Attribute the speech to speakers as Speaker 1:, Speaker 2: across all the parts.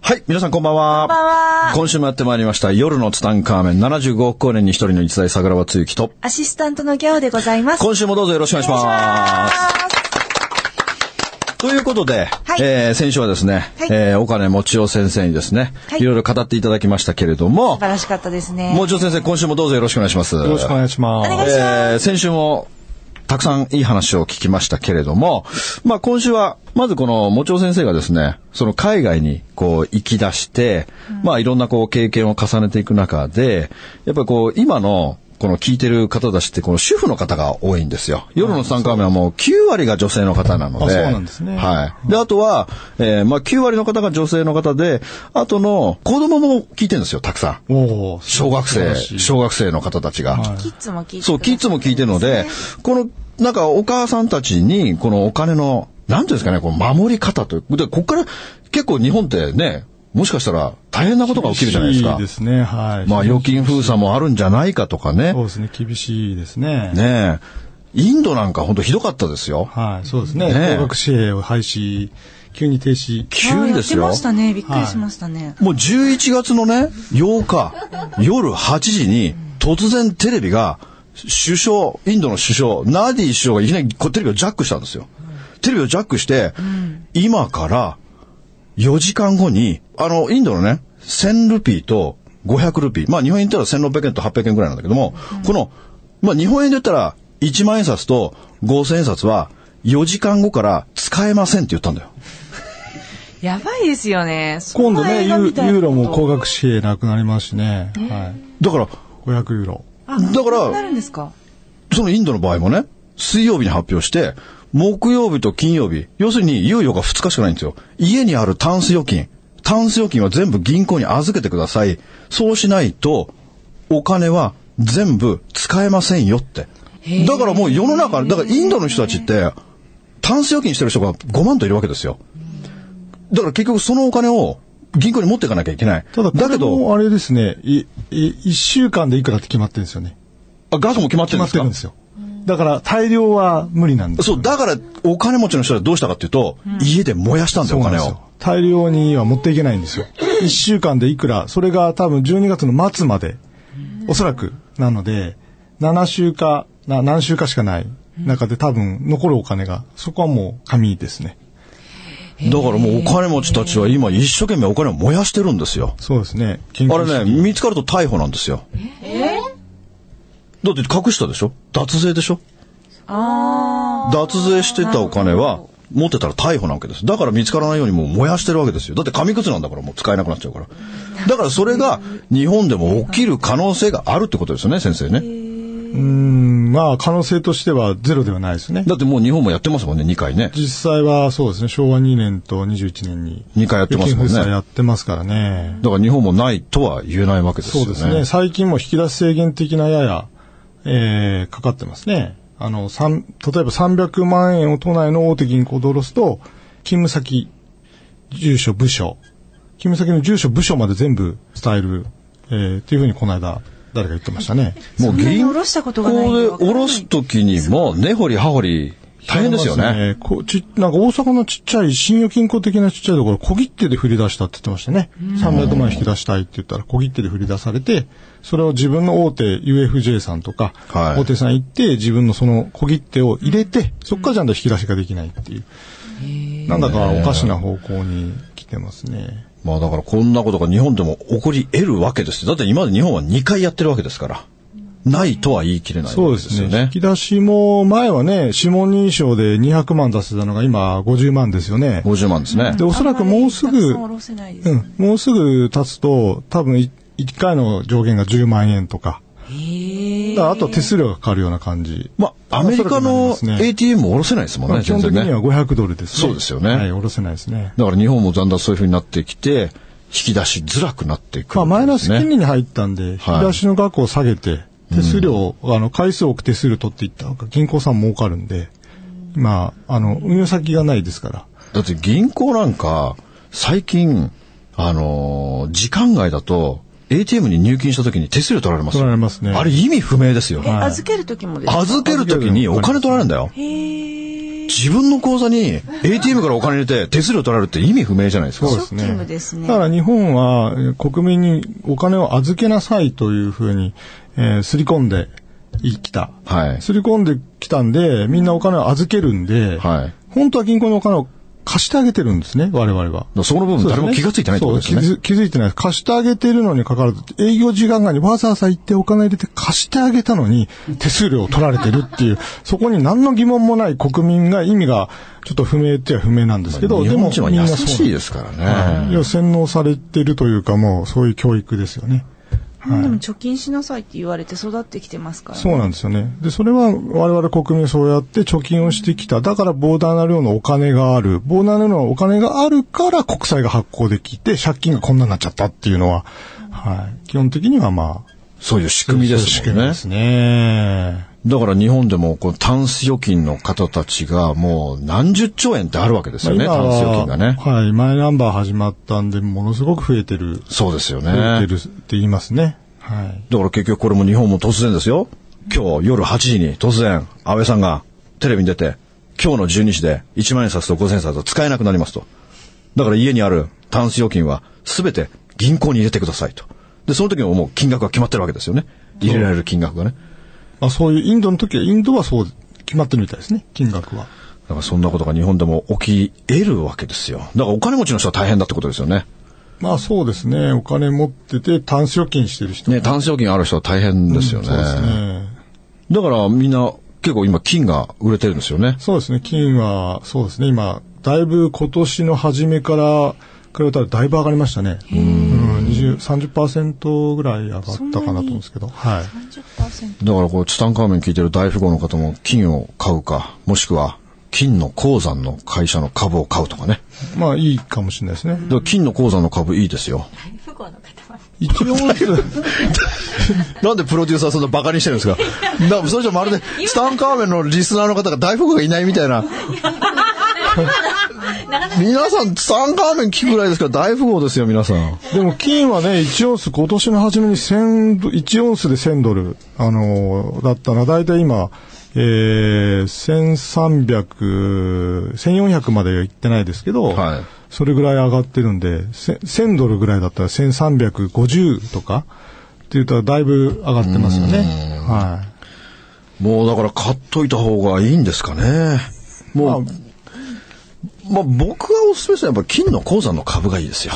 Speaker 1: はい、皆さんこんばん
Speaker 2: こ
Speaker 1: は。
Speaker 2: んばんは
Speaker 1: 今週もやってまいりました、夜のツタンカーメン75億光年に一人の一代桜庭つゆきと、
Speaker 2: アシスタントのギャオでございます。
Speaker 1: 今週もどうぞよろしくお願いします。ということで、
Speaker 2: はい
Speaker 1: えー先週はですね、
Speaker 2: はい
Speaker 1: えー、岡根もちお先生にですね、
Speaker 2: はい
Speaker 1: い、ろいろ語っていただきましたけれども
Speaker 2: 素晴、らしかったですね。
Speaker 1: もちお先生、今週もどうぞよろしくお願いします。
Speaker 3: よろしくお願いしま
Speaker 2: お
Speaker 3: す。
Speaker 2: 願いします。
Speaker 1: えー先週もたくさんいい話を聞きましたけれども、まあ今週は、まずこの、もちお先生がですね、その海外にこう行き出して、まあいろんなこう経験を重ねていく中で、やっぱりこう今の、この聞いてる方たちって、この主婦の方が多いんですよ。夜の参加面はもう9割が女性の方なので。
Speaker 3: あそうなんですね
Speaker 1: はい。で、あとは、えーまあ9割の方が女性の方で、あとの子供も聞いてるんですよ、たくさん。
Speaker 3: おお、
Speaker 1: 小学
Speaker 3: 素晴
Speaker 1: 生
Speaker 3: らし、い
Speaker 1: 小学生の方たちが。
Speaker 2: キッズも聞いてくださ
Speaker 1: そう、キッズも聞いてるので、この、なんかお母さんたちに、このお金の、なんていうんですかね、この守り方という。で、こっから結構日本ってね、もしかしたら大変なことが起きるじゃないですか。
Speaker 3: 厳しいですね、はい。
Speaker 1: まあ、預金封鎖もあるんじゃないかとかね
Speaker 3: そう。ですね、厳しいですね。
Speaker 1: ねえ。インドなんか本当ひどかったですよ。
Speaker 3: はい、そうですね。
Speaker 1: ね
Speaker 3: 高額紙幣を廃止、急に停止。
Speaker 1: 急にです
Speaker 2: あーやって
Speaker 1: よ
Speaker 2: ま。したね。びっくりしましたね。
Speaker 1: もう11月のね、8日、夜8時に、突然テレビが、首相、インドの首相、ナディ首相がいきなりこうテレビをジャックしたんですよ。テレビをジャックして、今から4時間後に、あの、インドのね、1000ルピーと500ルピー、まあ日本円で言ったら1600円と800円ぐらいなんだけども、この、まあ日本円で言ったら1万円札と5000円札は4時間後から使えませんって言ったんだよ。
Speaker 2: やばいですよね。
Speaker 3: 今度ね、ユーユーロも高
Speaker 2: が。
Speaker 3: 額紙幣なくなりますしね。は
Speaker 1: だから、
Speaker 3: い。500ユーロ。
Speaker 2: あ
Speaker 1: だから
Speaker 2: そうなるんですか
Speaker 1: そのインドの場合もね、水曜日に発表して、木曜日と金曜日、要するに猶予が2日しかないんですよ。家にあるタンス預金、タンス預金は全部銀行に預けてください。そうしないと、お金は全部使えませんよって。だからもう世の中、だからインドの人たちって、タンス預金してる人が5万といるわけですよ。だから結局そのお金を銀行に持っていかなきゃいけない。
Speaker 3: ただ、こ
Speaker 1: だけ
Speaker 3: れ
Speaker 1: ど、
Speaker 3: もあれですね、い、い、1週間でいくらって決まってるんですよね。
Speaker 1: あガスも決まってる
Speaker 3: 決
Speaker 1: ん
Speaker 3: ま
Speaker 1: で
Speaker 3: っ
Speaker 1: す
Speaker 3: てる
Speaker 1: か
Speaker 3: んですよ。だから、大量は無理なんですよ
Speaker 1: そう、だから、お金持ちの人はどうしたかっていうと、家で燃やしたんだよ、お
Speaker 3: そうなん
Speaker 1: 金
Speaker 3: です
Speaker 1: を
Speaker 3: よ。。大量には持っていけない んですよ。1週間でいくら、それが多分12月の末まで、おそらく、なので、7週か、な何週かしかない中で多分残るお金が、そこはもう紙ですね。
Speaker 1: だからもうお金持ちたちは今一生懸命お金を燃やしてるんですよ。
Speaker 3: そうですね。緊
Speaker 1: あ
Speaker 3: 急
Speaker 1: れね、見つかると逮捕なんですよ。だって隠したでしょ脱税でしょ
Speaker 2: あ
Speaker 1: 脱税してたお金は持ってたら逮捕なわけです。だから見つからないようにもう燃やしてるわけですよ。だって紙靴なんだからもう使えなくなっちゃうから。だからそれが日本でも起きる可能性があるってことですよね、先生ね。
Speaker 3: うーん、まあ可能性としてはゼロではないですね。
Speaker 1: だってもう日本もやってますもんね、2回ね。
Speaker 3: 実際はそうですね、昭和2年と21年に。
Speaker 1: 二回やってますもんね
Speaker 3: 預金封鎖やってますからね。
Speaker 1: だから日本もないとは言えないわけです
Speaker 3: そ
Speaker 1: よ
Speaker 3: う
Speaker 1: ね。
Speaker 3: ですね。最近も引き出し制限的なやや、えー、かかってますね。あの、三、例えば300万円を都内の大手銀行で下ろすと、勤務先、住所、部署、勤務先の住所、部署まで全部伝える、えー、っていうふうにこの間、誰か言ってましたね。
Speaker 1: も
Speaker 2: そ
Speaker 1: う
Speaker 2: んなに下
Speaker 1: 銀行で
Speaker 2: ろしたことがないんでわからない
Speaker 1: 下ろすときにも、根掘り葉掘り、大変ですよ
Speaker 3: そう
Speaker 1: ね。
Speaker 3: なんこうち、なんか大阪のちっちゃい、信用金庫的なちっちゃいところ、小切手で振り出したって言ってましたね。300万円引き出したいって言ったら、小切手で振り出されて、それを自分の大手 UFJ さんとか、
Speaker 1: はい
Speaker 3: 大手さん行って、自分のその小切手を入れて、そっからじゃんと引き出しができないっていう。なんだかおかしな方向に来てますね。
Speaker 1: まあだからこんなことが日本でも起こり得るわけですよだって今まで日本は2回やってるわけですから。ないとは言い切れない
Speaker 3: そう
Speaker 1: わけ
Speaker 3: で
Speaker 1: です
Speaker 3: す
Speaker 1: よ
Speaker 3: ね。引
Speaker 1: ね。
Speaker 3: き出しも、前はね、指紋認証で200万出せたのが、今50万ですよね。
Speaker 1: 50万ですね
Speaker 3: で、。おそらくもうす
Speaker 2: たく
Speaker 3: ぐ
Speaker 2: さん、下ろせないです
Speaker 3: う
Speaker 2: ね。
Speaker 3: ん、もうすぐ経つと、多分い1回の上限が10万円とか。
Speaker 2: へ
Speaker 3: だ
Speaker 2: え
Speaker 3: からあと手数料がかかるような感じ。
Speaker 1: まあ、アメリカ
Speaker 3: お
Speaker 1: の
Speaker 3: そらくなりますね
Speaker 1: ATM も下ろせないですもん
Speaker 3: まあ
Speaker 1: ね、
Speaker 3: 基
Speaker 1: 全
Speaker 3: 本的
Speaker 1: 然
Speaker 3: に
Speaker 1: ね。
Speaker 3: は500ドルですね。
Speaker 1: そうですよね
Speaker 3: はい、下ろせないですね。
Speaker 1: だから日本もだんだんそういうふうになってきて、引き出しづらくなっていく
Speaker 3: まあ、マ
Speaker 1: わ
Speaker 3: イ
Speaker 1: け
Speaker 3: ナ
Speaker 1: で
Speaker 3: ス
Speaker 1: すね
Speaker 3: 金利に入ったんで、引き出しの額を下げて、手数料を、あの、回数多く手数料取っていった方が銀行さん儲かるんで、今、あの、運用先がないですから。
Speaker 1: だって銀行なんか、最近、あのー時間外だと、ATM に入金した時に手数料取られますよ
Speaker 3: 取られますね
Speaker 1: あれ意味不明ですよ。
Speaker 4: え、預ける時もですか
Speaker 1: 預ける時にお金取られるんだよ。
Speaker 4: へえ。シ
Speaker 1: 自分の口座に ATM からお金入れて手数料取られるって意味不明じゃないですか。
Speaker 3: そう
Speaker 4: ョ
Speaker 3: で
Speaker 4: ッキングですね。
Speaker 3: だから日本はえー国民にお金を預けなさいというふうに、えー、すり込んできた。
Speaker 1: はい。
Speaker 3: すり込んできたんで、みんなお金を預けるんで、
Speaker 1: はい。
Speaker 3: 本当は銀行のお金を貸してあげてるんですね、我々
Speaker 1: だ
Speaker 3: は。
Speaker 1: からその部分誰も気がついてないってことですよね
Speaker 3: そう。気づ気づいてない。貸してあげてるのにかかわらず、営業時間外にわざわざ行ってお金入れて貸してあげたのに、手数料を取られてるっていう、 そこに何の疑問もない国民が意味がちょっと不明っては不明なんですけど、
Speaker 1: 日
Speaker 3: で
Speaker 1: 本
Speaker 3: も
Speaker 1: 人は
Speaker 3: みん
Speaker 1: 優
Speaker 3: なそう
Speaker 1: しいですから
Speaker 3: はいい
Speaker 1: ね。
Speaker 3: や、洗脳されてるというか、もうそういう教育ですよね。
Speaker 4: うんでも貯金しなさいって言われて育ってきてますからね。
Speaker 3: そうなんですよね。で、それは我々国民そうやって貯金をしてきた。だから膨大な量のお金がある。膨大な量のお金があるから国債が発行できて、借金がこんなになっちゃったっていうのは、はい。基本的にはまあ、
Speaker 1: そういう仕組みです
Speaker 3: そういう仕
Speaker 1: もん
Speaker 3: 組み
Speaker 1: ね
Speaker 3: で。すね。
Speaker 1: だから日本でも、こう、タンス預金の方たちが、もう何十兆円ってあるわけですよね、
Speaker 3: まあ
Speaker 1: タ
Speaker 3: 今
Speaker 1: ンス預金がね。
Speaker 3: はい。マイナンバー始まったんで、ものすごく増えてる。
Speaker 1: そうですよね。
Speaker 3: 増えてる
Speaker 1: だ
Speaker 3: って言いますね。はい。
Speaker 1: から結局これも日本も突然ですよ。今日夜8時に突然、安倍さんがテレビに出て、今日の12時で1万円札と5千円札は使えなくなりますと。だから家にあるタンス預金は全て銀行に入れてくださいと。で、その時ももう金額が決まってるわけですよね。入れられる金額がね。
Speaker 3: まあそういう、インドの時は、インドはそう、決まってるみたいですね。金額は。
Speaker 1: だからそんなことが日本でも起き得るわけですよ。だからお金持ちの人は大変だってことですよね。
Speaker 3: まあそうですね。お金持ってて、単子預金してる人。
Speaker 1: ね、単子預金ある人は大変ですよね。
Speaker 3: そうですね。
Speaker 1: だからみんな結構今金が売れてるんですよね。
Speaker 3: そうですね。金は、そうですね。今、だいぶ今年の初めから比べたらだいぶ上がりましたね。うん。20、30%ぐらい上がったかなと思うんですけど。はい。
Speaker 4: 30%。
Speaker 1: だからこう、ツタンカーメン聞いてる大富豪の方も金を買うか、もしくは金の鉱山の会社の株を買うとかね。
Speaker 3: まあいいかもしれないですね。
Speaker 1: だから金の鉱山の株いいですよ。
Speaker 5: 不幸の方は
Speaker 3: 一 応、
Speaker 1: なんでプロデューサーそんな馬鹿にしてる んですかだそれじゃまるで、ツタンカーメンのリスナーの方が大富豪がいないみたいな。皆さん、ツタンカーメン聞くぐらいですから大富豪ですよ、皆さん。
Speaker 3: でも金はね、1オンス、今年の初めに1000ド、1オンスで1000ドル、あのーだったら、だいたい今、えー、1300、1400までは行ってないですけど、
Speaker 1: はい
Speaker 3: それぐらい上がってるんで、せ1000ドルぐらいだったら1350とか、って言ったらだいぶ上がってますよね。は
Speaker 1: もうだから買っといた方がいいんですかね。
Speaker 3: い。
Speaker 1: もう、
Speaker 3: まあ
Speaker 1: まあ、僕がおすすめするのはやっぱ金の鉱山の株がいいですよ。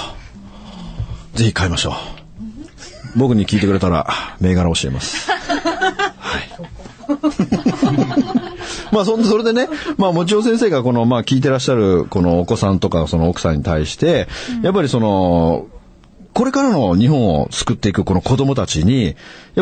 Speaker 1: ぜひ買いましょう。僕に聞いてくれたら銘柄教えます。 はい。まあそんそれでね、まあもちろん先生がこのまあ聞いてらっしゃるこのお子さんとかその奥さんに対して、やっぱりそのこれからの日本を救っていくこの子供たちに、や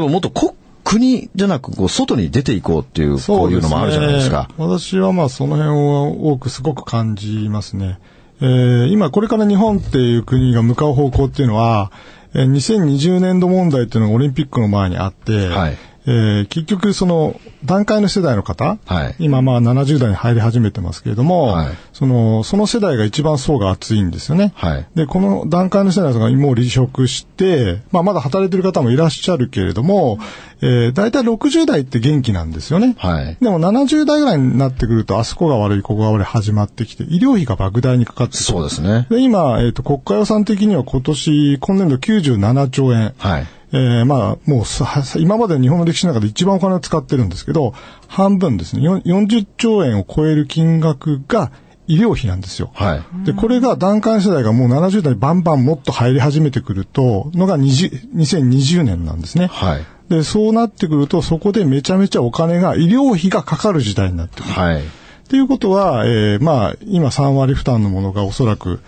Speaker 1: っぱもっとこ国じゃなくこう外に出ていこうっていうこういうのもあるじゃないですか。
Speaker 3: そうね私はまあその辺を多くすごく感じますね。えー今これから日本っていう国が向かう方向っていうのは、えー2020年度問題っていうのがオリンピックの前にあって、
Speaker 1: はい
Speaker 3: えー結局その段階の世代の方、
Speaker 1: はい
Speaker 3: 今まあ70代に入り始めてますけれども、
Speaker 1: はい
Speaker 3: その、その世代が一番層が厚いんですよね。
Speaker 1: はい
Speaker 3: で、この段階の世代がもう離職して、まあまだ働いてる方もいらっしゃるけれども、えー、大体60代って元気なんですよね。
Speaker 1: はい
Speaker 3: でも70代ぐらいになってくると、あそこが悪い、ここが悪い始まってきて、医療費が莫大にかかってくる
Speaker 1: そうですね。
Speaker 3: で、今、えっ、と、国家予算的には今年、今年度97兆円。
Speaker 1: はい。
Speaker 3: えーまあ、もうさ、今までの日本の歴史の中で一番お金を使ってるんですけど、半分ですね、よん40兆円を超える金額が医療費なんですよ。
Speaker 1: はい。
Speaker 3: で、これが段階世代がもう70代にバンバンもっと入り始めてくると、のが20 2020年なんですね。
Speaker 1: はい。
Speaker 3: で、そうなってくると、そこでめちゃめちゃお金が、医療費がかかる時代になってくる。
Speaker 1: はい。
Speaker 3: っていうことは、えーまあ、今3割負担のものがおそらく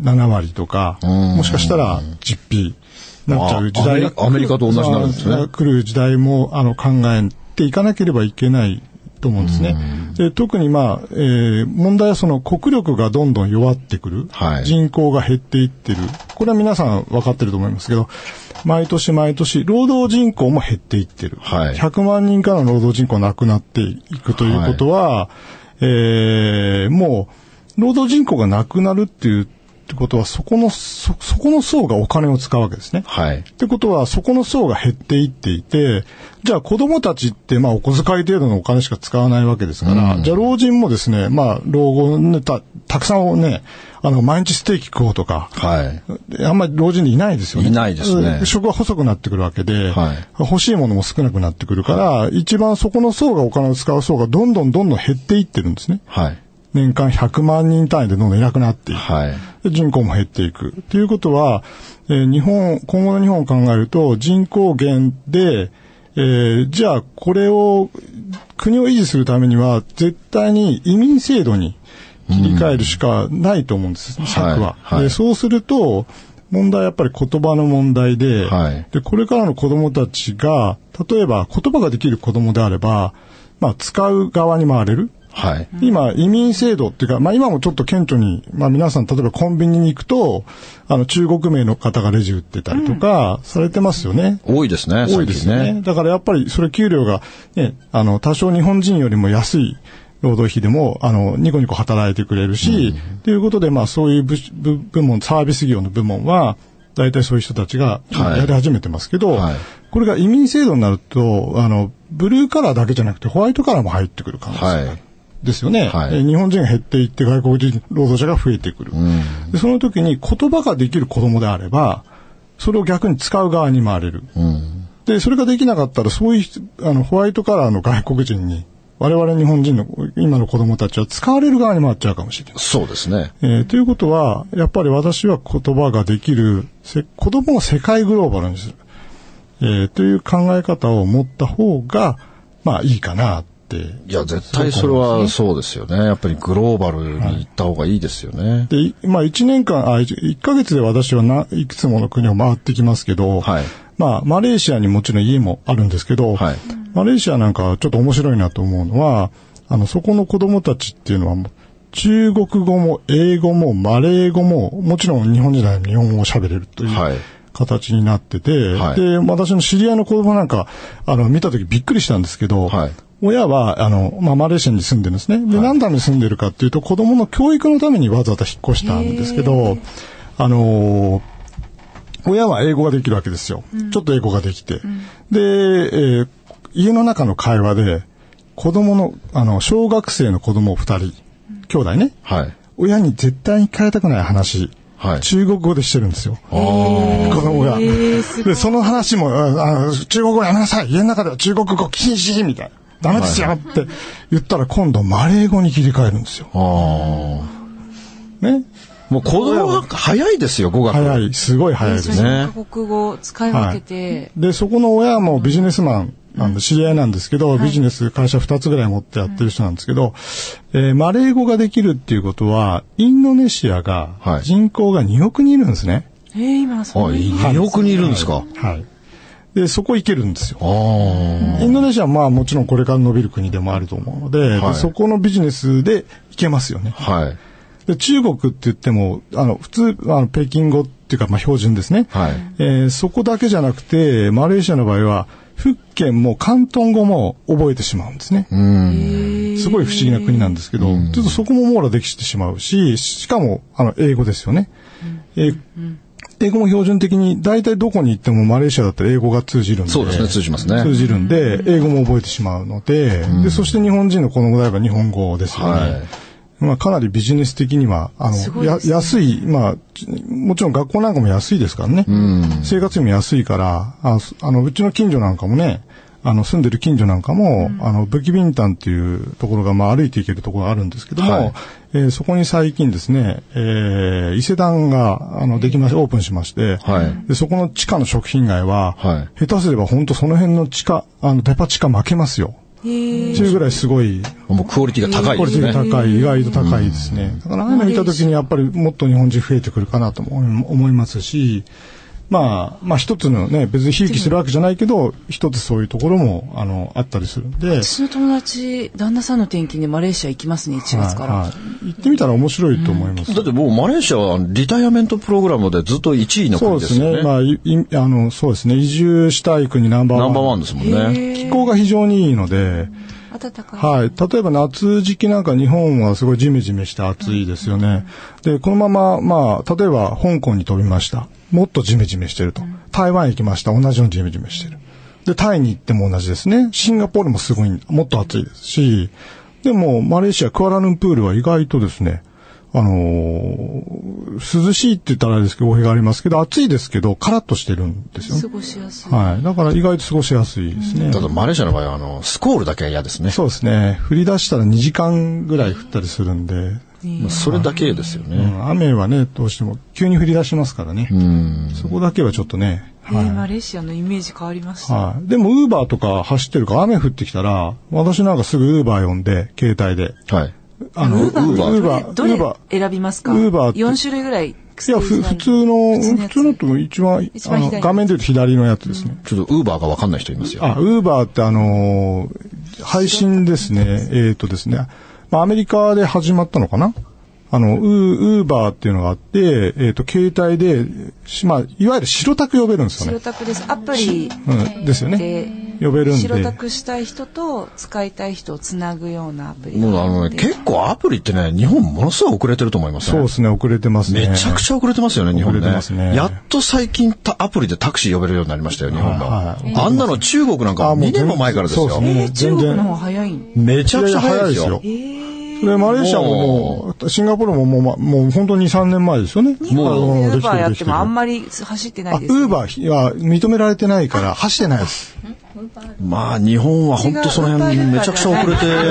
Speaker 3: 7割とか、もしかしたら実費になっちゃう時代が
Speaker 1: あアメリカアメリカと同じになるんですね
Speaker 3: まあ来る時代も、あの、考えていかなければいけないと思うんですね。で特にまあ、えー問題はその国力がどんどん弱ってくる。
Speaker 1: はい
Speaker 3: 人口が減っていってる。これは皆さん分かってると思いますけど、毎年毎年、労働人口も減っていってる。
Speaker 1: はい
Speaker 3: 100万人からの労働人口なくなっていくということは、えーもう、労働人口がなくなるっていうってことは、そこの、そ、そこの層がお金を使うわけですね。
Speaker 1: はい。
Speaker 3: ってことは、そこの層が減っていっていて、じゃあ子供たちって、まあお小遣い程度のお金しか使わないわけですから、じゃあ老人もですね、まあ老後ね、た、たくさんをね、あの、毎日ステーキ食おうとか、
Speaker 1: はい。
Speaker 3: あんまり老人でいないですよね。
Speaker 1: いないですね
Speaker 3: うん食は細くなってくるわけで、
Speaker 1: はい
Speaker 3: 欲しいものも少なくなってくるから、一番そこの層がお金を使う層がどんどんどんどん減っていってるんですね。
Speaker 1: はい。
Speaker 3: 年間100万人単位でどんどんいなくなっていく。
Speaker 1: はい。
Speaker 3: で人口も減っていく。ということは、えー日本、今後の日本を考えると、人口減で、えーじゃあこれを、国を維持するためには、絶対に移民制度に切り替えるしかないと思うんです、策は、
Speaker 1: はいはい
Speaker 3: で。そうすると、問題はやっぱり言葉の問題で、
Speaker 1: はい
Speaker 3: で、これからの子供たちが、例えば言葉ができる子供であれば、まあ、使う側に回れる。
Speaker 1: はい。
Speaker 3: 今、移民制度っていうか、まあ今もちょっと顕著に、まあ皆さん、例えばコンビニに行くと、あの中国名の方がレジ売ってたりとか、されてますよね。
Speaker 1: 多いですね、
Speaker 3: 多いですよ
Speaker 1: 最
Speaker 3: ね。
Speaker 1: 近。
Speaker 3: だからやっぱり、それ給料が、ね、あの、多少日本人よりも安い労働費でも、あの、ニコニコ働いてくれるし、ということで、まあそういう部部部門、サービス業の部門は、大体そういう人たちが
Speaker 1: はい
Speaker 3: やり始めてますけど、
Speaker 1: はい
Speaker 3: これが移民制度になると、あの、ブルーカラーだけじゃなくてホワイトカラーも入ってくる可能性がある。
Speaker 1: はい
Speaker 3: ですよね、
Speaker 1: はい
Speaker 3: えー日本人が減っていって外国人労働者が増えてくる、でその時に言葉ができる子供であればそれを逆に使う側に回れる、
Speaker 1: うん。
Speaker 3: でそれができなかったらそういう人あのホワイトカラーの外国人に我々日本人の今の子供たちは使われる側に回っちゃうかもしれない
Speaker 1: そうですね。
Speaker 3: えーということは、やっぱり私は言葉ができる、せ子供を世界グローバルにする、えーという考え方を持った方が、まあいいかなって。
Speaker 1: いや、絶対それはそうですよね。やっぱりグローバルに行った方がいいですよね。
Speaker 3: で、いまあ1年間、あ、1, ヶ月で私はないくつもの国を回ってきますけど、
Speaker 1: はい
Speaker 3: まあマレーシアにもちろん家もあるんですけど、
Speaker 1: はい
Speaker 3: マレーシアなんかちょっと面白いなと思うのは、あの、そこの子供たちっていうのはもう、中国語も英語もマレー語も、もちろん日本時代の日本語を喋れるという、
Speaker 1: はい
Speaker 3: 形になってて、
Speaker 1: はい
Speaker 3: で、私の知り合いの子供なんか、あの、見たときびっくりしたんですけど、
Speaker 1: はい
Speaker 3: 親は、あの、まあ、マレーシアに住んでるんですね。で、何のために住んでるかっていうと、子供の教育のためにわざわざ引っ越したんですけど、あのー親は英語ができるわけですよ。ちょっと英語ができて。で、えー家の中の会話で、子供の、あの、小学生の子供を二人、兄弟ね、
Speaker 1: はい。
Speaker 3: 親に絶対に聞かれたくない話、
Speaker 1: はい
Speaker 3: 中国語でしてるんですよ。子供が。で、その話も、ああ中国語やめなさい家の中では中国語禁止みたいな。ダメですよって言ったら今度マレー語に切り替えるんですよ。
Speaker 1: あ
Speaker 3: ね。
Speaker 1: あ。もう子供が早いですよ、語学。
Speaker 3: 早い、すごい早いで
Speaker 4: 一
Speaker 3: すね。
Speaker 4: 緒
Speaker 1: ね
Speaker 4: に各国語を使い分けて、
Speaker 3: で、そこの親もビジネスマンなんで、知り合いなんですけど、ビジネス会社2つぐらい持ってやってる人なんですけど、えーマレー語ができるっていうことは、インドネシ
Speaker 1: は
Speaker 3: アが
Speaker 1: い
Speaker 3: 人口が2億人いるんですね。
Speaker 4: えー、今そ
Speaker 1: あ、
Speaker 4: ういう
Speaker 1: 2億人いるんですか。
Speaker 3: はい。で、そこ行けるんですよ。
Speaker 1: ああ。
Speaker 3: インドネシアはまあもちろんこれから伸びる国でもあると思うので、
Speaker 1: はい
Speaker 3: でそこのビジネスで行けますよね。
Speaker 1: はい。
Speaker 3: で中国って言っても、あの、普通、あの、北京語っていうか、まあ、標準ですね。
Speaker 1: はい
Speaker 3: えーそこだけじゃなくて、マレーシアの場合は、福建も広東語も覚えてしまうんですね。すごい不思議な国なんですけど、ちょっとそこも網羅できてしまうし、しかも、あの、英語ですよね。えー英語も標準的に、大体どこに行ってもマレーシアだったら英語が通じるんで。
Speaker 1: そうですね、通じますね。
Speaker 3: 通じるんで、英語も覚えてしまうので、で、そして日本人の子供であれば日本語ですよね。
Speaker 1: はい
Speaker 3: まあ、かなりビジネス的には、あ
Speaker 4: す
Speaker 3: の、
Speaker 4: ごい
Speaker 3: や
Speaker 4: ですね
Speaker 3: 安い、まあ、ちもちろん学校なんかも安いですからね。生活費も安いから、あすあの、うちの近所なんかもね、あの、住んでる近所なんかも、あの、ブキビンタンっていうところが、まあ、歩いていけるところがあるんですけども、
Speaker 1: はい
Speaker 3: えーそこに最近ですね、えー伊勢丹が、あの、できまし、オープンしまして、
Speaker 1: はい
Speaker 3: でそこの地下の食品街は、
Speaker 1: は
Speaker 3: 下手すれば本当その辺の地下、あの、デパ地下負けますよ。
Speaker 4: えー
Speaker 3: っていうぐらいすごい、
Speaker 1: もうクオリティが高い
Speaker 3: クオ
Speaker 1: で
Speaker 3: リ
Speaker 1: す
Speaker 3: ティ
Speaker 1: ね
Speaker 3: が。高い、意外と高いですね。だからああいうの見た時にやっぱりもっと日本人増えてくるかなとも思い思いますし、まあ、まあ一つのね、別にひいきしてるわけじゃないけど、一つそういうところも、あの、あったりするんで。
Speaker 5: 私の友達、旦那さんの転勤でマレーシア行きますね、1月から。
Speaker 3: はいはい行ってみたら面白いと思います。
Speaker 1: だってもうマレーシアはリタイアメントプログラムでずっと1位の
Speaker 3: そ
Speaker 1: 国
Speaker 3: う
Speaker 1: で
Speaker 3: ですす
Speaker 1: よね。
Speaker 3: ね。まあ、いいあの、そうですね。移住したい国ナンバーワ
Speaker 1: ナ
Speaker 3: ン。
Speaker 1: ンバーワンですもんね。
Speaker 3: 気候が非常にいいので、
Speaker 4: 暖かい。
Speaker 3: はい。例えば夏時期なんか日本はすごいジメジメして暑いですよね。で、このまま、まあ、例えば香港に飛びました。もっとジメジメしてると。台湾行きました。同じようにジメジメしてる。で、タイに行っても同じですね。シンガポールもすごい、もっと暑いですし、でも、マレーシア、クアラルンプールは意外とですね、あのー涼しいって言ったらあれですけど、語弊がありますけど、暑いですけど、カラッとしてるんですよね
Speaker 4: 過。ごしやすい。
Speaker 3: はい。だから意外と過ごしやすいですね。
Speaker 1: ただマレーシアの場合はあの、スコールだけは嫌ですね。
Speaker 3: そうですね。降り出したら2時間ぐらい降ったりするんで、
Speaker 1: まあそれだけですよ
Speaker 3: う
Speaker 1: ね。
Speaker 3: ん、雨はね、どうしても急に降り出しますからね。そこだけはちょっとね。
Speaker 4: えー
Speaker 3: はい。
Speaker 4: マレーシアのイメージ変わりました。
Speaker 3: はい。でも、ウーバーとか走ってるから雨降ってきたら、私なんかすぐウーバー呼んで、携帯で。
Speaker 1: はい。
Speaker 3: あの、ウーバー、ウーバー、
Speaker 4: どれ選びますか
Speaker 3: ウーバーって
Speaker 4: ?4 種類ぐらい。い
Speaker 3: いや、ふ普通の、普通のっても一番、
Speaker 4: 一
Speaker 3: あ
Speaker 4: 番
Speaker 3: の、
Speaker 4: 左
Speaker 3: 画面で言うと左のやつですね。
Speaker 1: ちょっとウーバーがわかんない人いますよ。
Speaker 3: あ、ウーバーってあのー配信ですね。えっ、とですね。まあ、アメリカで始まったのかなあの、ウー、ウーバーっていうのがあって、えっ、と、携帯で、しまあ、いわゆる白タク呼べるんですよ
Speaker 4: 白
Speaker 3: ね。
Speaker 4: タクです。アプリ
Speaker 3: うん、ですよね。
Speaker 4: で、
Speaker 3: 呼べるんで。
Speaker 4: 白タクしたい人と使いたい人をつなぐようなアプリ。
Speaker 1: もうあのね、結構アプリってね、日本ものすごい遅れてると思います
Speaker 3: そう
Speaker 1: ね
Speaker 3: で。すね、遅れてますね。
Speaker 1: めちゃくち
Speaker 3: ゃ。
Speaker 1: ゃ遅れてますよね、日本
Speaker 3: 遅れてます
Speaker 1: ね。
Speaker 3: ね
Speaker 1: やっと最近たアプリでタクシー呼べるようになりましたよ、日本が
Speaker 3: はいはい。
Speaker 1: あんなの中国なんか2年も前からです
Speaker 3: そ
Speaker 1: よ
Speaker 3: う。です
Speaker 4: え
Speaker 3: ね
Speaker 4: ー、中
Speaker 3: 全然
Speaker 4: 国の方が早いん
Speaker 1: めちゃくちゃ
Speaker 3: 早
Speaker 1: 早
Speaker 3: い
Speaker 1: いで
Speaker 3: で
Speaker 1: すす
Speaker 3: よ
Speaker 1: よ。。
Speaker 3: それマレーシアももう、シンガポールももう、まもう本当に2、3年前ですよね。
Speaker 4: もう、
Speaker 3: あ
Speaker 4: ウ
Speaker 3: の
Speaker 4: ーバーやっ
Speaker 3: でき
Speaker 4: て
Speaker 3: る
Speaker 4: もあんまり走ってない
Speaker 3: あ、
Speaker 4: です、
Speaker 3: ウーバーは認められてないから、走ってないです。
Speaker 1: まあ、日本は本当その辺めちゃくちゃ遅れて、ね。
Speaker 4: ね、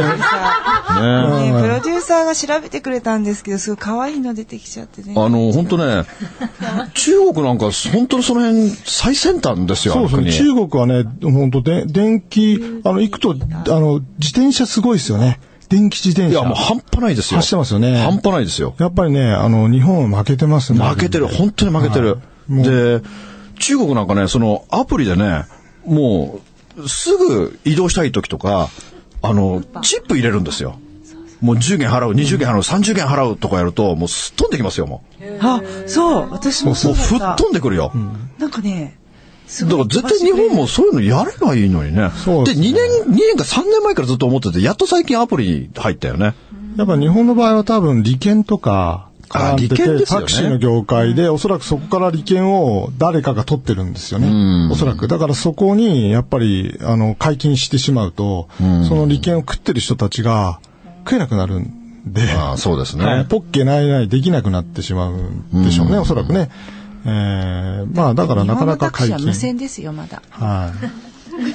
Speaker 4: プロデューサーが調べてくれたんですけど、すごい可愛いの出てきちゃってね。
Speaker 1: あの、本当ね、中国なんか本当にその辺最先端ですよ、あ
Speaker 3: そう
Speaker 1: の
Speaker 3: ですね。
Speaker 1: 国。
Speaker 3: 中国はね、本当で、電気、あの、行くと、あの、自転車すごいですよね。電気自
Speaker 1: い
Speaker 3: 転車。
Speaker 1: や、もう半端ないですよ。
Speaker 3: 走ってますよね
Speaker 1: 半端ないですよ。
Speaker 3: やっぱりね、あの、日本は負けてますね。
Speaker 1: 負けてる、本当に負けてる。で、中国なんかね、そのアプリでね、もう、すぐ移動したい時とか、あの、チップ入れるんですよ。もう10元払う、20元払う、30元払うとかやると、もうすっ飛んできますよ、もう。
Speaker 4: あ、そう、私も
Speaker 1: も
Speaker 4: そううだ
Speaker 1: 吹っ
Speaker 4: った。
Speaker 1: 飛んでくるよ。
Speaker 4: なんかね、す
Speaker 1: だ
Speaker 4: ごい
Speaker 1: から絶対日本もそういうのやればいいのにね。
Speaker 3: そう
Speaker 1: で
Speaker 3: ですね
Speaker 1: 2年、2年か3年前からずっと思ってて、やっと最近アプリ入ったよね。
Speaker 3: やっぱ日本の場合は多分利権とか絡んで
Speaker 1: あ利権で
Speaker 3: て、
Speaker 1: すよね
Speaker 3: タクシーの業界で、おそらくそこから利権を誰かが取ってるんですよね。おそらく。だからそこに、やっぱり、あの、解禁してしまうと、その利権を食ってる人たちが食えなくなるんで、
Speaker 1: ああ、そうですね。
Speaker 3: はいポッケないないできなくなってしまうんでしょうね、おそらくね。えーまあだからなかなか解
Speaker 4: 日本のタクシーは無
Speaker 3: 禁。
Speaker 4: 線ですよ、まだ。
Speaker 3: は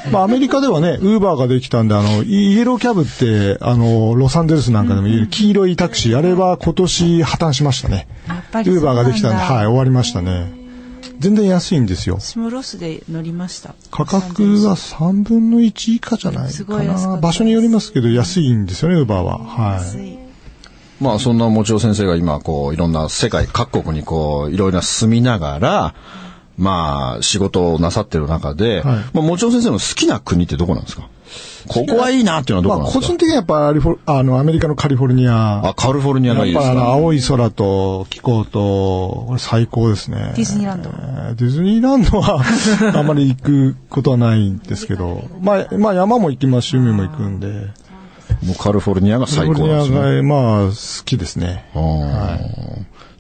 Speaker 3: い。 まあアメリカではね、ウーバーができたんで、あの、イイエローキャブって、あの、ロサンゼルスなんかでもいる黄色いタクシー、あれは今年破綻しましたね。
Speaker 4: やっ
Speaker 3: ウ
Speaker 4: ぱりそう
Speaker 3: ー
Speaker 4: な
Speaker 3: バー
Speaker 4: んだ
Speaker 3: ができたんで、はい、終わりましたね。全然安いんですよ。
Speaker 4: 私もロスで乗りました。
Speaker 3: 価格が3分の1以下じゃない
Speaker 4: す
Speaker 3: か
Speaker 4: ごい安かった
Speaker 3: な。
Speaker 4: です
Speaker 3: 場所によりますけど、安いんですよね、ウーバーは。はい。
Speaker 4: 安い。
Speaker 1: まあそんなもちろ先生が今こういろんな世界各国にこういろいろな住みながらまあ仕事をなさってる中で、
Speaker 3: はい
Speaker 1: まあもちろ先生の好きな国ってどこなんですかここはいいなっていうの
Speaker 3: ま
Speaker 1: は
Speaker 3: あ
Speaker 1: どこなんですか、
Speaker 3: 個人的にはやっぱアリフォルあの、アメリカのカリフォルニア。
Speaker 1: あ、カリフォルニア
Speaker 3: や
Speaker 1: がい
Speaker 3: っ
Speaker 1: いで
Speaker 3: ぱ
Speaker 1: す
Speaker 3: あの、
Speaker 1: か
Speaker 3: 青い空と気候と、これ最高ですね。
Speaker 4: ディズニーランド
Speaker 3: えーディズニーランド は、あまり行くことはないんですけど、まあ、まあ山も行きますし、海も行くんで、
Speaker 1: もうカリフォルニアが
Speaker 3: カ
Speaker 1: 最
Speaker 3: リフ
Speaker 1: 高
Speaker 3: ォル
Speaker 1: なんです
Speaker 3: ニア
Speaker 1: ね。
Speaker 3: が、まあ、好きですね。
Speaker 1: は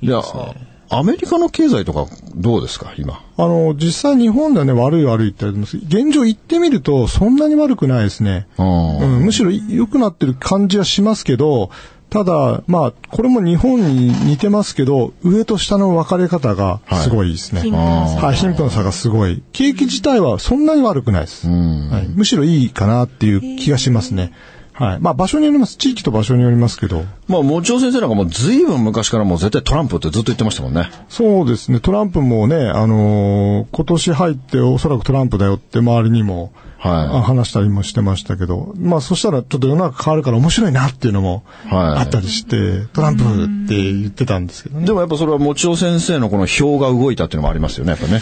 Speaker 1: い、じゃあアメリカの経済とかどうですか今。
Speaker 3: あの、実際日本ではね、悪い悪いって言われてますけど現状行ってみると、そんなに悪くないですね。
Speaker 1: うん
Speaker 3: うん、むしろ良くなってる感じはしますけど、ただ、まあ、これも日本に似てますけど、上と下の分かれ方がすごいですね。
Speaker 4: 貧富の差
Speaker 3: はい、貧富の差がすごい。景気自体はそんなに悪くないです。はい、むしろいいかなっていう気がしますね。はい。まあ、場所によります。地域と場所によりますけど。
Speaker 1: まあもちろ先生なんかもう随分昔からもう絶対トランプってずっと言ってましたもんね。
Speaker 3: そうですね。トランプもね、あのー今年入っておそらくトランプだよって周りにもあ
Speaker 1: は
Speaker 3: 話したりもしてましたけど、まあそしたらちょっと世の中変わるから面白いなっていうのも
Speaker 1: はい
Speaker 3: あったりして、トランプって言ってたんですけど
Speaker 1: い。
Speaker 3: ね。
Speaker 1: でもやっぱそれは、もちお先生のこの票が動いたっていうのもありますよね、やっぱ ね。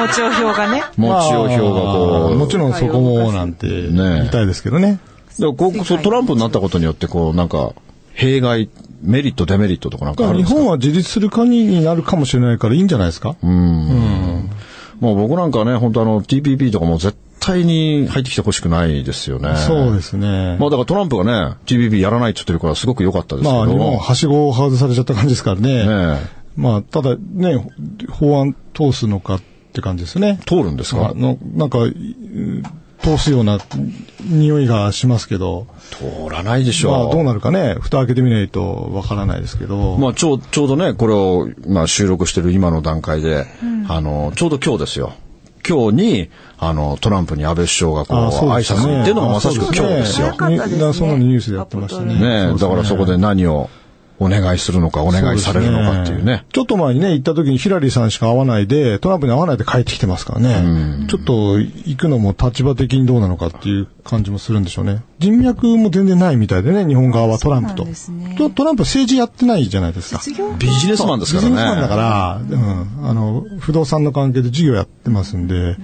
Speaker 4: もちお表がね。
Speaker 1: もちお票がこう。
Speaker 3: もちろんそこもなんて言いたいですけどね。
Speaker 1: だからこうそうトランプになったことによって、こう、なんか、弊害、メリット、デメリットとかなんかあるん
Speaker 3: 日
Speaker 1: ですか
Speaker 3: 本は自立する国になるかもしれないからいいんじゃないですか、
Speaker 1: もう僕なんかね、本当あの、TPP とかも絶対に入ってきてほしくないですよね。。
Speaker 3: そうですすね。
Speaker 1: ま
Speaker 3: ま
Speaker 1: あだからトランプがね、TPP やらないって言ってるからすごく良かったですけど。
Speaker 3: あ、日本はしごを外されちゃった感じですからね。
Speaker 1: ね
Speaker 3: まあ、ただね、法案通すのかって感じですね。
Speaker 1: え通るんです
Speaker 3: あ
Speaker 1: か
Speaker 3: の、なんか、うん通すような匂いがしますけど、
Speaker 1: 通らないでしょ
Speaker 3: まあどうなるかね、蓋開けてみないとわからないですけど、
Speaker 1: まあ、ちょう、ちょうどね、これを、まあ、収録してる今の段階で、あの、ちょうど今日ですよ。今日に、あの、トランプに安倍首相がこう、
Speaker 3: あそう
Speaker 1: 挨
Speaker 3: でしたね
Speaker 1: 拶っていうのがまさしく
Speaker 3: あそう
Speaker 1: 今日ですよ
Speaker 4: 早。かったです
Speaker 3: だ
Speaker 4: ね
Speaker 3: からそんなのニュースでやってましたね。
Speaker 1: ねえ、だからそこで何をお願いするのか、お願いされるのかっていうね。
Speaker 3: ちょっと前にね、行った時にヒラリーさんしか会わないで、トランプに会わないで帰ってきてますからね。ちょっと行くのも立場的にどうなのかっていう感じもするんでしょうね。人脈も全然ないみたいでね、日本側はトラン
Speaker 5: そ
Speaker 3: プ
Speaker 5: う
Speaker 3: と。
Speaker 5: なんですね
Speaker 3: とトランプは政治やってないじゃないですか。
Speaker 4: 卒業
Speaker 1: ビジネスマンですからね。
Speaker 3: ビジネスマンだから、うん、あの、不動産の関係で事業やってますんで、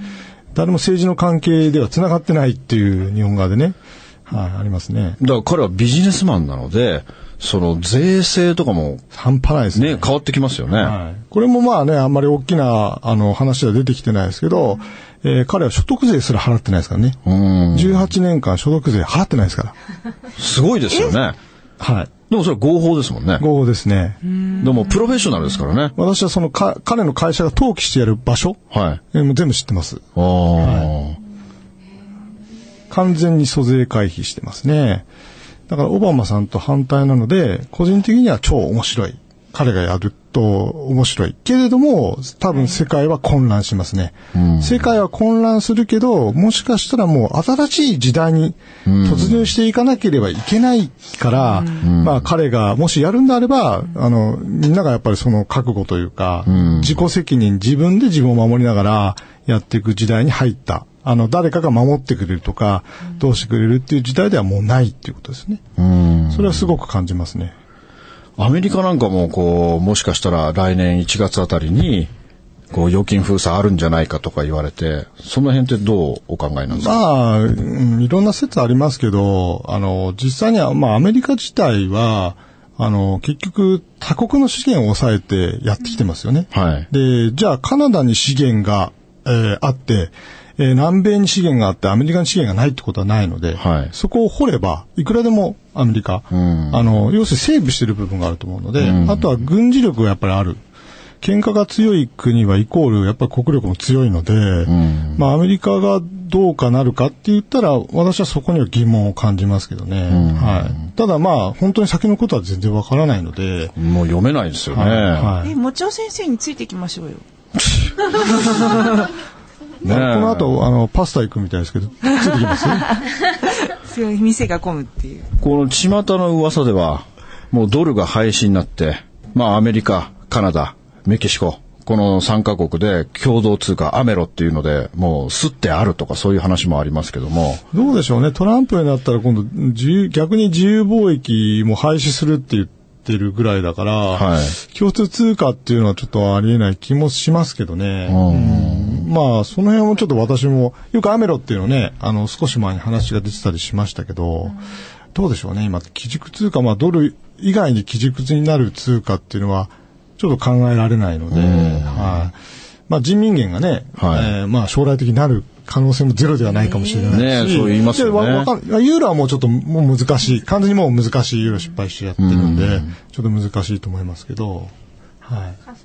Speaker 3: 誰も政治の関係では繋がってないっていう日本側でね、はい、ありますね。
Speaker 1: だから彼はビジネスマンなので、その税制とかも
Speaker 3: 半端ないですね。
Speaker 1: ね、変わってきますよね。
Speaker 3: はい。これもまあね、あんまり大きな、あの、話は出てきてないですけど、えー彼は所得税すら払ってないですからね。
Speaker 1: うん。
Speaker 3: 18年間所得税払ってないですから。
Speaker 1: すごいですよね。
Speaker 3: はい。
Speaker 1: でもそれは合法ですもんね。
Speaker 3: 合法ですね。
Speaker 1: でもプロフェッショナルですからね。
Speaker 3: 私はそのか、彼の会社が登記してやる場所、
Speaker 1: はい。
Speaker 3: えーもう全部知ってます。
Speaker 1: ああ。
Speaker 3: 完全に租税回避してますね。だからオバマさんと反対なので、個人的には超面白い。彼がやると面白い。けれども、多分世界は混乱しますね。世界は混乱するけど、もしかしたらもう新しい時代に突入していかなければいけないから、まあ彼がもしやるんであれば、あの、みんながやっぱりその覚悟というか、自己責任、自分で自分を守りながらやっていく時代に入った。あの、誰かが守ってくれるとか、どうしてくれるっていう時代ではもうないっていうことですね。それはすごく感じますね。
Speaker 1: アメリカなんかも、こう、もしかしたら来年1月あたりに、こう、預金封鎖あるんじゃないかとか言われて、その辺ってどうお考えなんですか、
Speaker 3: まあ、うんいろんな説ありますけど、あの、実際には、まあ、アメリカ自体は、あの、結局、他国の資源を抑えてやってきてますよね。
Speaker 1: はい。
Speaker 3: で、じゃあカナダに資源が、えーあって、えー南米に資源があって、アメリカに資源がないってことはないので、
Speaker 1: はい
Speaker 3: そこを掘れば、いくらでもアメリカ、
Speaker 1: ん
Speaker 3: あの、要するにセーブしてる部分があると思うので、あとは軍事力がやっぱりある。喧嘩が強い国はイコール、やっぱり国力も強いので、
Speaker 1: ん
Speaker 3: まあアメリカがどうかなるかって言ったら、私はそこには疑問を感じますけどね。はい。ただまあ、本当に先のことは全然わからないので、
Speaker 1: もう読めないですよね。
Speaker 3: はい
Speaker 4: え、もちお先生についていきましょうよ。
Speaker 1: ねえ
Speaker 3: この後、あの、パスタ行くみたいですけど、ついてきます
Speaker 4: そういう店が混むっていう。
Speaker 1: この巷の噂では、もうドルが廃止になって、まあアメリカ、カナダ、メキシコ、この3カ国で共同通貨アメロっていうので、もうすってあるとかそういう話もありますけども、
Speaker 3: どうでしょうね。トランプになったら今度、自由、逆に自由貿易も廃止するって言ってるぐらいだから、
Speaker 1: はい
Speaker 3: 共通通貨っていうのはちょっとありえない気もしますけどね。うんまあ、その辺もちょっと私も、よくアメロっていうのね、あの、少し前に話が出てたりしましたけど、どうでしょうね。今、基軸通貨、まあ、ドル以外に基軸になる通貨っていうのは、ちょっと考えられないので、はい。まあ、人民元がね、
Speaker 1: はい
Speaker 3: えーまあ、将来的になる可能性もゼロではないかもしれないし。
Speaker 1: ねえそう言いますよね
Speaker 3: でわわかんまあユーロはもうちょっともう難しい。完全にもう難しいユーロ失敗してやってるんで、ちょっと難しいと思いますけど。はい。
Speaker 1: 仮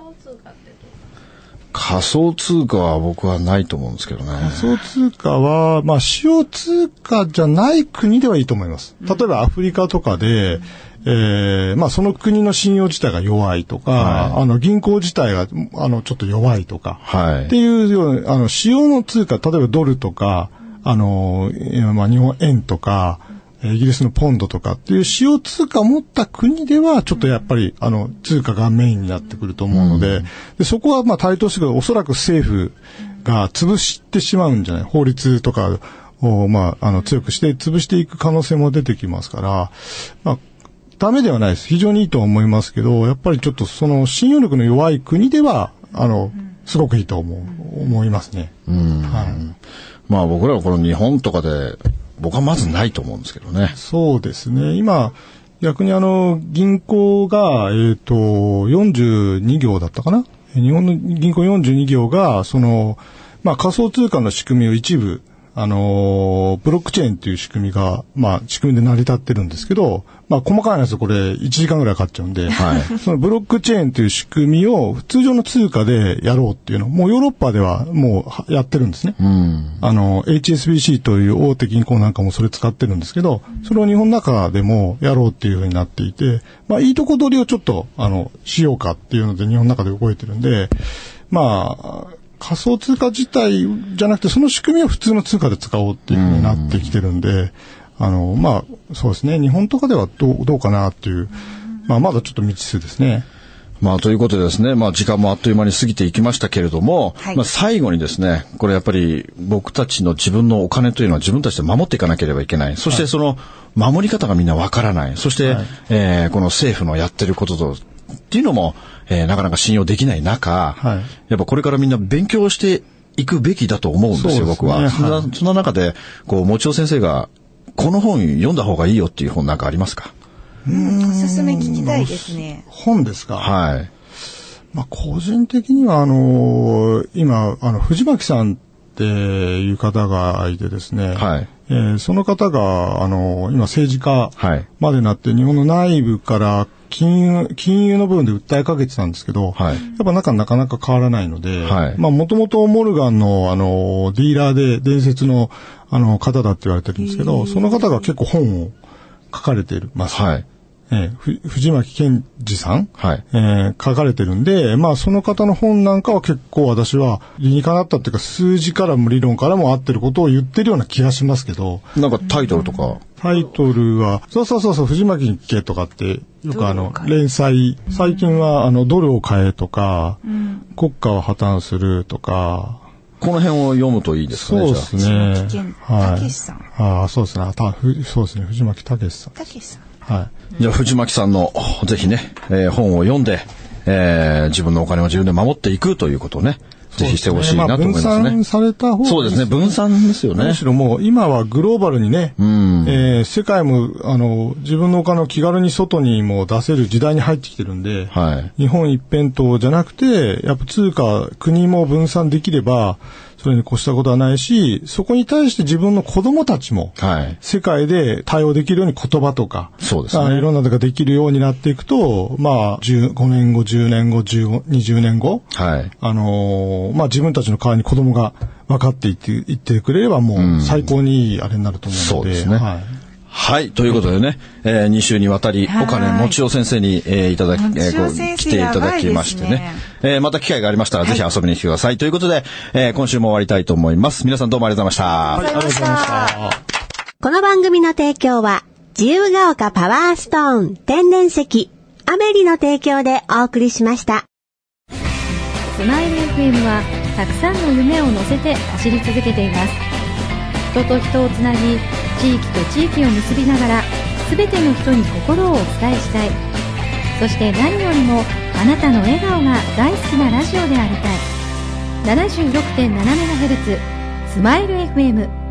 Speaker 1: 想通貨は僕はないと思うんですけどね。
Speaker 3: 仮想通貨は、まあ、主要通貨じゃない国ではいいと思います。例えばアフリカとかで、えーまあ、その国の信用自体が弱いとか、あの、銀行自体が、あの、ちょっと弱いとか、
Speaker 1: はい。
Speaker 3: っていうような、あの、主要の通貨、例えばドルとか、あの、えーまあ、日本円とか、えーイギリスのポンドとかっていう主要通貨を持った国では、ちょっとやっぱり、あの、通貨がメインになってくると思うので、でそこはまあ対等してくるおそらく政府が潰してしまうんじゃない法律とかを、まあ、あの、強くして潰していく可能性も出てきますから、まあ、ダメではないです。非常にいいとは思いますけど、やっぱりちょっとその信用力の弱い国では、あの、すごくいいと思う、思いますね。はい。
Speaker 1: まあ僕らはこの日本とかで、僕はまずないと思うんですけどね。
Speaker 3: そうですね。今、逆にあの、銀行が、えっ、と、42行だったかなえ日本の銀行42行が、その、まあ、仮想通貨の仕組みを一部、あのーブロックチェーンっていう仕組みが、まあ、仕組みで成り立ってるんですけど、まあ、細かい話これ1時間ぐらいかかっちゃうんで、そのブロックチェーンという仕組みを通常の通貨でやろうっていうのを、もうヨーロッパではもうはやってるんですね。あの、HSBC という大手銀行なんかもそれ使ってるんですけど、それを日本の中でもやろうっていうふうになっていて、まあ、いいとこ取りをちょっと、あの、しようかっていうので日本の中で動いてるんで、まあ、仮想通貨自体じゃなくて、その仕組みを普通の通貨で使おうっていうふうになってきてるんで、あの、まあ、そうですね、日本とかではどう、どうかなっていう、まあ、まだちょっと未知数ですね。
Speaker 1: まあ、ということでですね、まあ、時間もあっという間に過ぎていきましたけれども、
Speaker 4: はい
Speaker 1: まあ、最後にですね、これやっぱり僕たちの自分のお金というのは自分たちで守っていかなければいけない。そしてその、守り方がみんなわからない。そして、えーこの政府のやってることと、っていうのも、えーなかなか信用できない中、
Speaker 3: はい
Speaker 1: やっぱこれからみんな勉強していくべきだと思うんですよ、
Speaker 3: そうですね
Speaker 1: 僕は。そんな
Speaker 3: はい
Speaker 1: そんな中で、こう、もちお先生が、この本読んだ方がいいよっていう本なんかありますか
Speaker 4: おすすめ聞きたいですね。
Speaker 3: 本ですか
Speaker 1: はい。
Speaker 3: まあ、個人的には、あの今、あの、藤巻さんっていう方がいてですね、
Speaker 1: はい
Speaker 3: えーその方が、あの今、政治家
Speaker 1: はい
Speaker 3: までなって、日本の内部から金融、金融の部分で訴えかけてたんですけど、
Speaker 1: はい
Speaker 3: やっぱ中なかなか変わらないので、
Speaker 1: はい
Speaker 3: まあ、もともとモルガンの、あのディーラーで伝説の、あの、方だって言われてるんですけど、その方が結構本を書かれています。
Speaker 1: はい。
Speaker 3: えーふ藤巻健二さん、
Speaker 1: はい
Speaker 3: えー書かれてるんで、まあその方の本なんかは結構私は理にかなったっていうか数字からも理論からも合ってることを言ってるような気がしますけど、
Speaker 1: なんかタイトルとか、
Speaker 3: タイトルは、そうそうそうそう、藤巻に聞けとかって、よくあの、連載、最近はあの、ドルを買えとか、国家を破綻するとか、
Speaker 1: この辺を読むといいですか
Speaker 3: そう
Speaker 1: ね、
Speaker 3: で
Speaker 1: じゃ
Speaker 3: すね
Speaker 4: 藤巻健。
Speaker 3: は
Speaker 4: 武
Speaker 3: い
Speaker 4: 史さん。
Speaker 3: ああ、そうですね。あたふそうですね。藤巻武史さん。
Speaker 4: たけしさん。
Speaker 3: はい。
Speaker 1: あ。じゃあ、藤巻さんの、ぜひね、えー本を読んで、えー自分のお金を自分で守っていくということをね、ぜひしてほしいなと思います
Speaker 3: あ
Speaker 1: ね。
Speaker 3: 分散された方がいい
Speaker 1: そうですね、分散ですよね
Speaker 3: むし。ろもう今はグローバルにね、えー世界もあの自分のお金を気軽に外にも出せる時代に入ってきてるんで、
Speaker 1: はい。
Speaker 3: 日本一辺倒じゃなくて、やっぱ通貨、国も分散できれば、それに越したことはないし、そこに対して自分の子供たちも、
Speaker 1: はい。
Speaker 3: 世界で対応できるように言葉とか、
Speaker 1: そうですね
Speaker 3: あいろんなのができるようになっていくと、まあ、5年後、10年後、15 20年後、
Speaker 1: はい。
Speaker 3: あのーまあ、自分たちの代わりに子供が分かっていって、いってくれればもう最高にいいあれになると思うので。
Speaker 1: そうですね
Speaker 3: はい。
Speaker 1: はい。ということでね、え2週にわたり、
Speaker 4: はい
Speaker 1: お金もちお先生に、えーいただき、え
Speaker 4: もちお
Speaker 1: こう
Speaker 4: 先
Speaker 1: 来
Speaker 4: 生
Speaker 1: ていただきましてね。
Speaker 4: やばいで
Speaker 1: えーまた機会がありましたら、ぜひ遊びに来てください。ということで、えー今週も終わりたいと思います。皆さんどうもありがとうございました。
Speaker 3: ありがとうございました。
Speaker 6: この番組の提供は、自由が丘パワーストーン天然石、アメリの提供でお送りしました。
Speaker 7: スマイル FM はたくさんの夢を乗せて走り続けています人と人をつなぎ地域と地域を結びながら全ての人に心をお伝えしたいそして何よりもあなたの笑顔が大好きなラジオでありたい 76.7MHz スマイル FM